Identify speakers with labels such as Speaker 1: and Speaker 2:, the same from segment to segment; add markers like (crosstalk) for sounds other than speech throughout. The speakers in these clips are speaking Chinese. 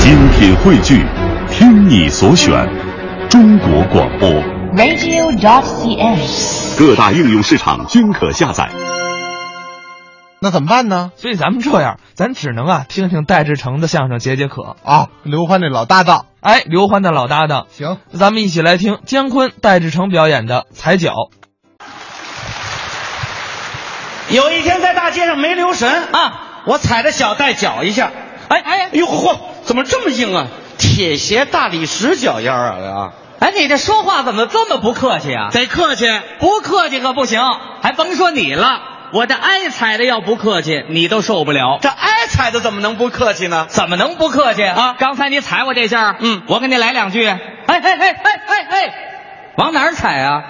Speaker 1: 精品汇聚，听你所选，中国广播。
Speaker 2: radio.cn。
Speaker 1: 各大应用市场均可下载。
Speaker 3: 那怎么办呢？
Speaker 4: 所以咱们这样，咱只能啊听听戴志诚的相声解解渴。
Speaker 3: 啊，刘欢这老搭档，
Speaker 4: 哎，刘欢的老搭档，
Speaker 3: 行，
Speaker 4: 咱们一起来听姜昆、戴志诚表演的《踩脚》。
Speaker 5: 有一天在大街上没留神
Speaker 4: 啊，
Speaker 5: 我踩着小带脚一下，
Speaker 4: 哎哎
Speaker 5: 哎呦嚯，怎么这么硬啊？铁鞋大理石脚丫啊啊！
Speaker 6: 哎，你这说话怎么这么不客气啊？
Speaker 5: 得客气，
Speaker 6: 不客气可不行，还甭说你了，我这挨踩的要不客气，你都受不了。
Speaker 5: 这挨踩的怎么能不客气呢？
Speaker 6: 怎么能不客气
Speaker 5: 啊
Speaker 6: 刚才你踩我这下，
Speaker 5: 嗯
Speaker 6: 我给你来两句。哎哎哎哎哎哎，往哪儿踩啊？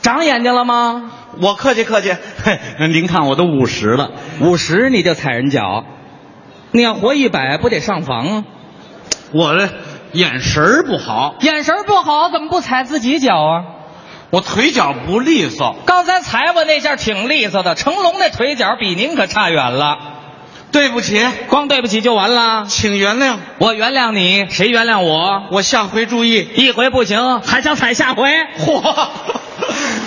Speaker 6: 长眼睛了吗？
Speaker 5: 我客气客气， (laughs) 嘿，您看我都五十了，
Speaker 6: 五十你就踩人脚，你要活一百不得上房啊？
Speaker 5: 我这眼神儿不好，
Speaker 6: 眼神不好怎么不踩自己脚啊？
Speaker 5: 我腿脚不利索。
Speaker 6: 刚才踩我那下挺利索的，成龙那腿脚比您可差远了。
Speaker 5: 对不起，
Speaker 6: 光对不起就完了，
Speaker 5: 请原谅，
Speaker 6: 我原谅你，谁原谅我？
Speaker 5: 我下回注意。
Speaker 6: 一回不行，还想踩下回？
Speaker 5: (laughs) 嚯，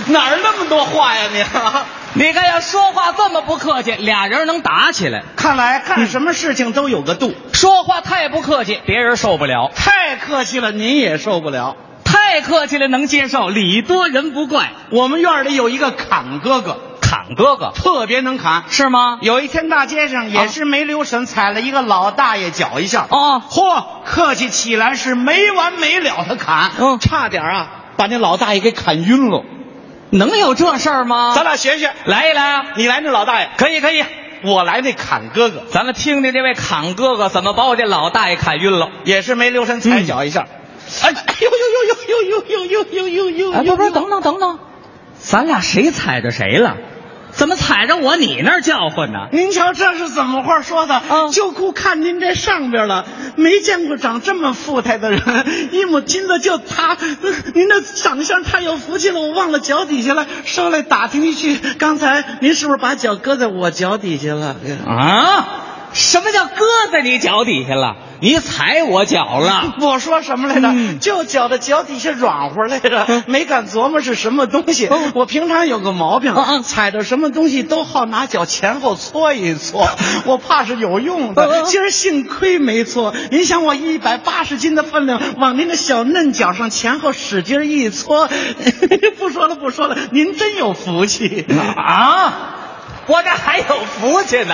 Speaker 5: 哪儿那么多话呀你？啊
Speaker 6: (laughs) 你看要说话这么不客气，俩人能打起来。
Speaker 5: 看来干什么事情都有个度。
Speaker 6: 说话太不客气，别人受不了；
Speaker 5: 太客气了，您也受不了。
Speaker 6: 太客气了能接受，礼多人不怪。
Speaker 5: 我们院里有一个侃哥哥，
Speaker 6: 侃哥哥
Speaker 5: 特别能侃。
Speaker 6: 是吗？
Speaker 5: 有一天大街上也是没留神踩了一个老大爷脚一下，
Speaker 6: 哦
Speaker 5: 嚯，客气起来是没完没了的侃，
Speaker 6: 嗯
Speaker 5: 差点啊把那老大爷给砍晕了。
Speaker 6: 能有这事儿吗？
Speaker 5: 咱俩学学，
Speaker 6: 来一来啊！
Speaker 5: 你来那老大爷，
Speaker 6: 可以可以，
Speaker 5: 我来那侃哥哥，
Speaker 6: 咱们听听这位侃哥哥怎么把我这老大爷砍晕了。
Speaker 5: 也是没留神踩脚一下。哎，哎呦呦呦呦呦呦呦呦呦呦！
Speaker 6: 哎，不是不是，等等等等，咱俩谁踩着谁了？怎么踩着我你那儿叫唤呢？
Speaker 5: 您瞧这是怎么话说的？
Speaker 6: 啊
Speaker 5: 就顾看您这上边了，没见过长这么富态的人。 (laughs) 一母亲的就他，呃 (laughs) 您的长相太有福气了，我忘了脚底下了，稍来打听一句，刚才您是不是把脚搁在我脚底下了？
Speaker 6: 啊？什么叫搁在你脚底下了？你踩我脚了？
Speaker 5: (laughs) 我说什么来着？
Speaker 6: 嗯
Speaker 5: 就觉得脚底下软和来着，没敢琢磨是什么东西。我平常有个毛病，
Speaker 6: 嗯嗯
Speaker 5: 踩着什么东西都好拿脚前后搓一搓，我怕是有用
Speaker 6: 嗯
Speaker 5: 的。
Speaker 6: 嗯嗯
Speaker 5: 今儿幸亏没搓，您想我一百八十斤的分量，往您的小嫩脚上前后使劲一搓， (laughs) 不说了不说了，您真有福气。
Speaker 6: 啊？我这还有福气呢。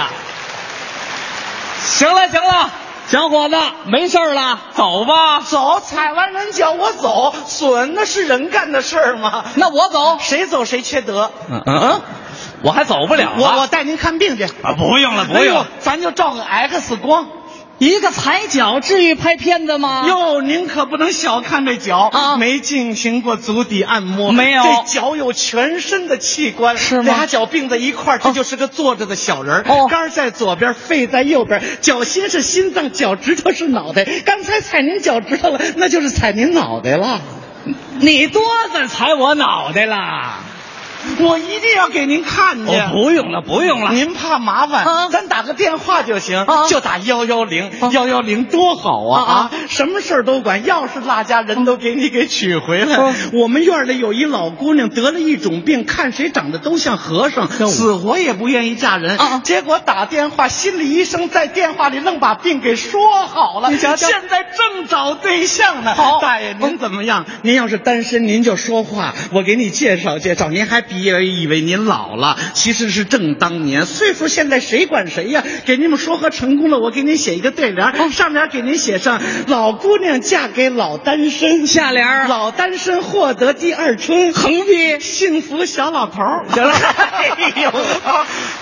Speaker 6: 行了行了，小伙子，没事儿了，走吧。
Speaker 5: 走，踩完人脚我走，损那是人干的事儿吗？
Speaker 6: 那我走。
Speaker 5: (laughs) 谁走谁缺德。
Speaker 6: 嗯嗯，我还走不了啊
Speaker 5: 我我带您看病去啊！不用了，
Speaker 6: 不用了
Speaker 5: 咱就照个 X 光。
Speaker 6: 一个踩脚至于拍片子吗？
Speaker 5: 哟，您可不能小看这脚
Speaker 6: 啊
Speaker 5: 没进行过足底按摩，
Speaker 6: 没有
Speaker 5: 这脚有全身的器官，
Speaker 6: 是吗
Speaker 5: 俩脚并在一块儿，这就是个坐着的小人儿。
Speaker 6: 哦
Speaker 5: 肝儿在左边，肺在右边，脚心是心脏，脚趾头是脑袋。刚才踩您脚趾头了，那就是踩您脑袋了。
Speaker 6: 你多次踩我脑袋了。
Speaker 5: 我一定要给您看见。
Speaker 6: 哦，不用了，不用了。
Speaker 5: 哎您怕麻烦，
Speaker 6: 啊
Speaker 5: 咱打个电话就行，
Speaker 6: 啊
Speaker 5: 就打幺幺零，幺幺零多好啊
Speaker 6: 啊
Speaker 5: 啊！什么事儿都管，钥匙落家，人都给你给取回来。
Speaker 6: 啊
Speaker 5: 我们院里有一老姑娘得了一种病，看谁长得都像和尚，死活也不愿意嫁人。
Speaker 6: 啊
Speaker 5: 结果打电话，心理医生在电话里愣把病给说好了，
Speaker 6: 你瞧瞧
Speaker 5: 现在正找对象 (laughs) 呢。
Speaker 6: 好
Speaker 5: 大爷您怎么样？您要是单身，您就说话，我给你介绍介绍。您还别以为您老了，其实是正当年，岁数现在谁管谁呀？给你们说和成功了，我给您写一个对联儿，
Speaker 6: 哦
Speaker 5: 上联儿给您写上“老姑娘嫁给老单身”，
Speaker 6: 下联儿
Speaker 5: 老单身获得第二春”，
Speaker 6: 横批
Speaker 5: 幸福小老头儿。行了， (laughs) 哎呦。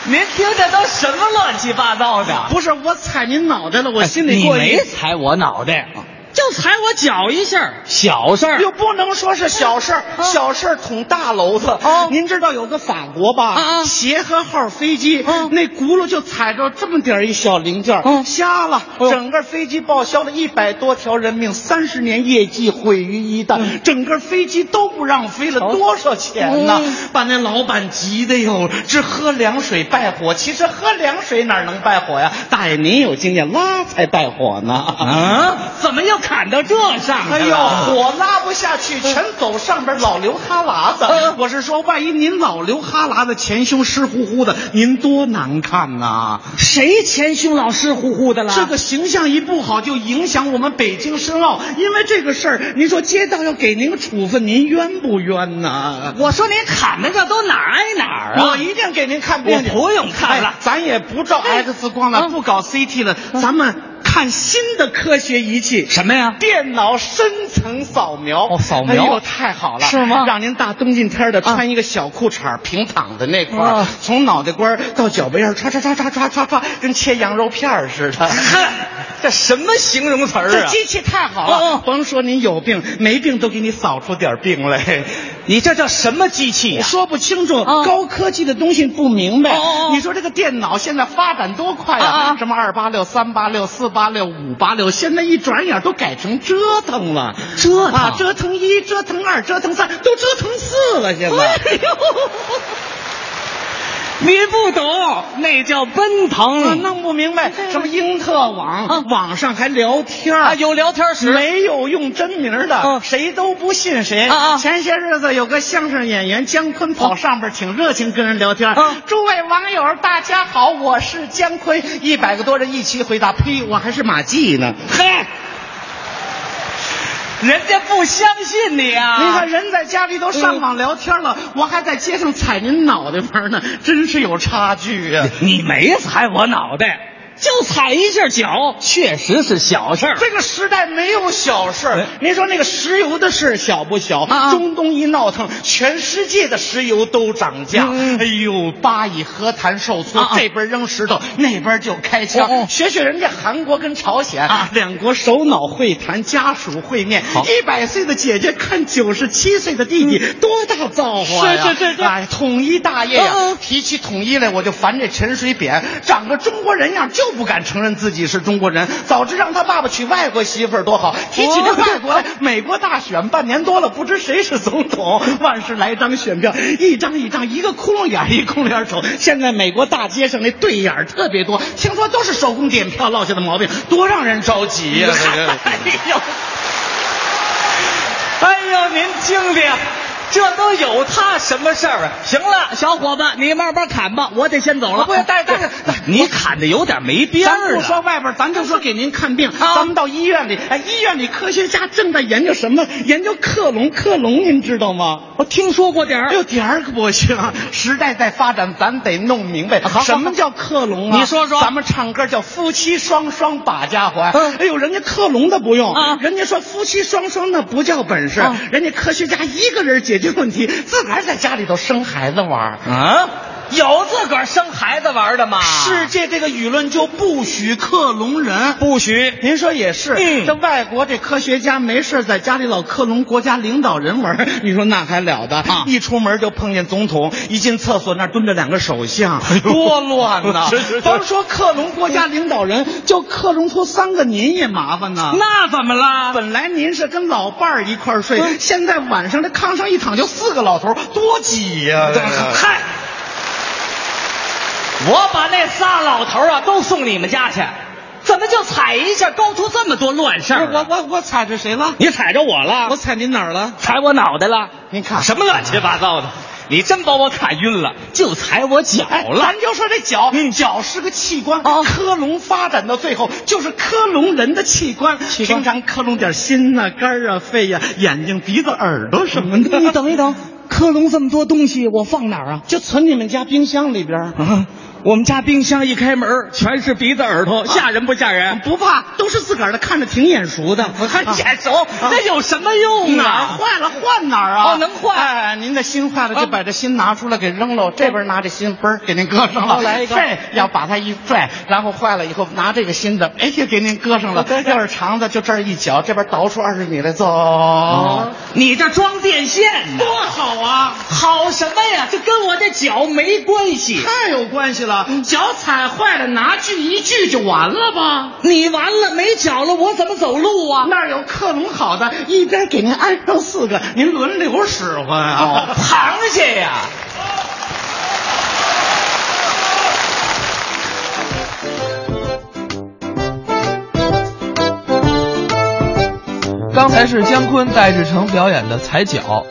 Speaker 6: 您听这都什么乱七八糟的？
Speaker 5: 不是我踩您脑袋了，我心里
Speaker 6: 哎你
Speaker 5: 过意。
Speaker 6: 没踩我脑袋，就踩我脚一下儿，小事儿
Speaker 5: 又不能说是小事儿，小事儿捅大娄子。
Speaker 6: 哦
Speaker 5: 您知道有个法国吧？
Speaker 6: 啊啊
Speaker 5: 协和号飞机，
Speaker 6: 嗯
Speaker 5: 那轱辘就踩着这么点儿一小零件儿，
Speaker 6: 嗯
Speaker 5: 瞎了，
Speaker 6: 哎呦
Speaker 5: 整个飞机报销了一百多条人命，三十年业绩毁于一旦，
Speaker 6: 嗯
Speaker 5: 整个飞机都不让飞了，多少钱呢？
Speaker 6: 哦嗯
Speaker 5: 把那老板急的哟，直喝凉水败火。其实喝凉水哪能败火呀？大爷您有经验，拉才败火呢。
Speaker 6: 啊，怎么又砍到这上
Speaker 5: 哎
Speaker 6: 去
Speaker 5: 呦，
Speaker 6: 了？
Speaker 5: 火拉不下去，全走上边，老流哈喇子
Speaker 6: 嗯。
Speaker 5: 我是说，万一您老流哈喇子，前胸湿乎乎的，您多难看呐！
Speaker 6: 谁前胸老湿乎乎的了？
Speaker 5: 这个形象一不好，就影响我们北京申奥。因为这个事儿，您说街道要给您个处分，您冤不冤呐？哎
Speaker 6: 我说您砍的这都哪儿挨哪儿啊？
Speaker 5: 我一定给您看病去。
Speaker 6: 我不用看了
Speaker 5: 哎嗯咱也不照 X 光了，
Speaker 6: 嗯
Speaker 5: 不搞 CT 了，咱们看新的科学仪器。
Speaker 6: 什么哎呀？
Speaker 5: 电脑深层扫描，
Speaker 4: 哦扫描
Speaker 5: 哎呦，太好了，
Speaker 6: 是吗
Speaker 5: 让您大冬进天的穿一个小裤衩儿，平躺的那块儿、
Speaker 4: 啊
Speaker 5: 从脑袋瓜儿到脚背儿，唰唰唰唰唰唰唰，跟切羊肉片儿似的。
Speaker 6: 这什么形容词儿
Speaker 5: 这
Speaker 6: 啊？
Speaker 5: 机器太好了，
Speaker 6: 哦哦
Speaker 5: 甭说您有病没病，都给你扫出点病 (laughs) 来。
Speaker 6: 你这叫什么机器呀、
Speaker 5: 说不清楚，
Speaker 6: 哦
Speaker 5: 高科技的东西不明白。
Speaker 6: 哦哦哦
Speaker 5: 你说这个电脑现在发展多快啊！
Speaker 6: 啊啊啊
Speaker 5: 什么二八六、三八六、四八六、五八六，现在一转眼都改成折腾了，
Speaker 6: 折腾
Speaker 5: 啊，折腾一、折腾二、折腾三，都折腾四了。现在、
Speaker 6: 哎呦， (laughs) 你不懂，那叫奔
Speaker 5: 啊，
Speaker 6: 腾。
Speaker 5: 弄不明白什么英特网，
Speaker 6: 嗯啊
Speaker 5: 网上还聊天儿
Speaker 6: 啊，有聊天室，
Speaker 5: 没有用真名的，
Speaker 6: 嗯
Speaker 5: 谁都不信谁。
Speaker 6: 啊啊
Speaker 5: 前些日子有个相声演员姜昆跑上边，挺热情跟人聊天。
Speaker 6: 嗯
Speaker 5: 诸位网友，大家好，我是姜昆。一百个多人一起回答，呸，我还是马季呢。
Speaker 6: 嘿，人家不相信你啊！
Speaker 5: 您看，人在家里都上网聊天了，我还在街上踩您脑袋玩呢，真是有差距啊！
Speaker 6: 你没踩我脑袋，就踩一下脚，确实是小事儿。
Speaker 5: 这个时代没有小事儿
Speaker 6: 哎，
Speaker 5: 您说那个石油的事儿小不小？
Speaker 6: 啊啊
Speaker 5: 中东一闹腾，全世界的石油都涨价。
Speaker 6: 嗯嗯
Speaker 5: 哎呦，巴以和谈受挫，
Speaker 6: 啊啊
Speaker 5: 这边扔石头，那边就开枪。
Speaker 6: 哦哦
Speaker 5: 学学人家韩国跟朝鲜
Speaker 6: 啊
Speaker 5: 两国首脑会谈，家属会面，一百岁的姐姐看九十七岁的弟弟，
Speaker 6: 嗯
Speaker 5: 多大啊造化呀！
Speaker 6: 是是是是
Speaker 5: 哎，统一大业呀！
Speaker 6: 嗯嗯
Speaker 5: 提起统一来，我就烦这陈水扁，长个中国人样就不敢承认自己是中国人。早知让他爸爸娶外国媳妇儿多好！提起这外国来，美国大选半年多了，不知谁是总统， (laughs) 万事来张选票，一张一张，一个窟窿眼儿一窟窿眼儿瞅。现在美国大街上那对眼儿特别多，听说都是手工点票落下的毛病，多让人着急呀、
Speaker 6: (laughs)
Speaker 5: (laughs)
Speaker 6: 哎呦，哎呦，您听听，这都有他什么事儿啊？行了，
Speaker 5: 小伙子，你慢慢砍吧，我得先走
Speaker 6: 不
Speaker 5: 不是，
Speaker 6: 带
Speaker 5: 带
Speaker 6: 带
Speaker 5: (laughs) 带带，
Speaker 6: 你砍的有点没边
Speaker 5: 咱
Speaker 6: 儿啊
Speaker 5: 不说
Speaker 6: 了。
Speaker 5: 外边儿，咱就说给您看病。
Speaker 6: 啊
Speaker 5: 咱们到医院里，哎，医院里科学家正在研究什么？研究克隆，克隆您知道吗？
Speaker 6: 我听说过点儿
Speaker 5: 哎呦，点儿可不行，啊时代在发展，咱得弄明白
Speaker 6: 好好
Speaker 5: 什么叫克隆啊？
Speaker 6: 你说说
Speaker 5: 咱们唱歌叫夫妻双双把家还。
Speaker 6: 嗯
Speaker 5: 哎呦，人家克隆的不用
Speaker 6: 啊
Speaker 5: 人家说夫妻双双那不叫本事
Speaker 6: 啊，
Speaker 5: 人家科学家一个人解决问题，自个儿在家里头生孩子玩儿。
Speaker 6: 啊，有自个儿生孩子玩的吗？
Speaker 5: 世界这个舆论就不许克隆人，
Speaker 6: 不许
Speaker 5: 您说也是，
Speaker 6: 嗯
Speaker 5: 这外国这科学家没事在家里老克隆国家领导人玩儿， (laughs) 你说那还了得？
Speaker 6: 啊
Speaker 5: 一出门就碰见总统，一进厕所那儿蹲着两个首相，
Speaker 6: 哎呦
Speaker 5: 多乱呐
Speaker 6: (laughs) 是是！是
Speaker 5: 甭说克隆国家领导人，就克隆出三个您也麻烦呐。
Speaker 6: 那怎么了？
Speaker 5: 本来您是跟老伴儿一块儿
Speaker 6: 嗯
Speaker 5: 睡，现在晚上这炕上一躺就四个老头儿，多挤呀、这个
Speaker 6: 嗨，我把那仨老头儿啊都送你们家去，怎么就踩一下勾出这么多乱事儿啊？
Speaker 5: 哎我我我踩着谁了？
Speaker 6: 你踩着我了，
Speaker 5: 我踩您哪儿了？
Speaker 6: 踩我脑袋了，
Speaker 5: 您看
Speaker 6: 什么乱七八糟的？你真把我踩晕了，就踩我脚
Speaker 5: 哎，
Speaker 6: 了。嗯
Speaker 5: 咱就说这脚，脚是个器官，
Speaker 6: 哦
Speaker 5: 克隆发展到最后就是克隆人的器官，
Speaker 6: 器官
Speaker 5: 平常克隆点心呐、肝儿啊、肺呀、眼睛、鼻子、耳朵什么的。
Speaker 6: 嗯你等一等，克隆这么多东西，我放哪儿啊？
Speaker 5: 就存你们家冰箱里边儿。
Speaker 6: 啊我们家冰箱一开门，全是鼻子耳朵，吓人不吓人？
Speaker 5: 啊不怕，都是自个儿的，看着挺眼熟的。啊我看
Speaker 6: 眼熟，那有什么用
Speaker 5: 哪儿
Speaker 6: 啊？
Speaker 5: 坏了换哪儿啊？
Speaker 6: 哦能换哦
Speaker 5: 哎，您的新坏了就把这新拿出来给扔喽，这边拿这新嘣儿给您搁上了，
Speaker 6: 哦来一个
Speaker 5: 这要把它一拽，然后坏了以后拿这个新的，哎，就给您搁上
Speaker 6: (laughs)
Speaker 5: 了。要是长的就这儿一脚，这边倒出二十米来走。
Speaker 6: 你这装电线多好啊！好什么呀？这跟我这脚没关系。
Speaker 5: 太有关系了，脚踩坏了，拿锯一锯就完了吧？
Speaker 6: 你完了，没脚了，我怎么走路啊？
Speaker 5: 那儿有克隆好的，一边给您安上四个，您轮流使唤啊。
Speaker 6: 哦
Speaker 5: (laughs)
Speaker 6: 螃蟹呀、
Speaker 4: 刚才是姜昆、戴志诚表演的踩脚，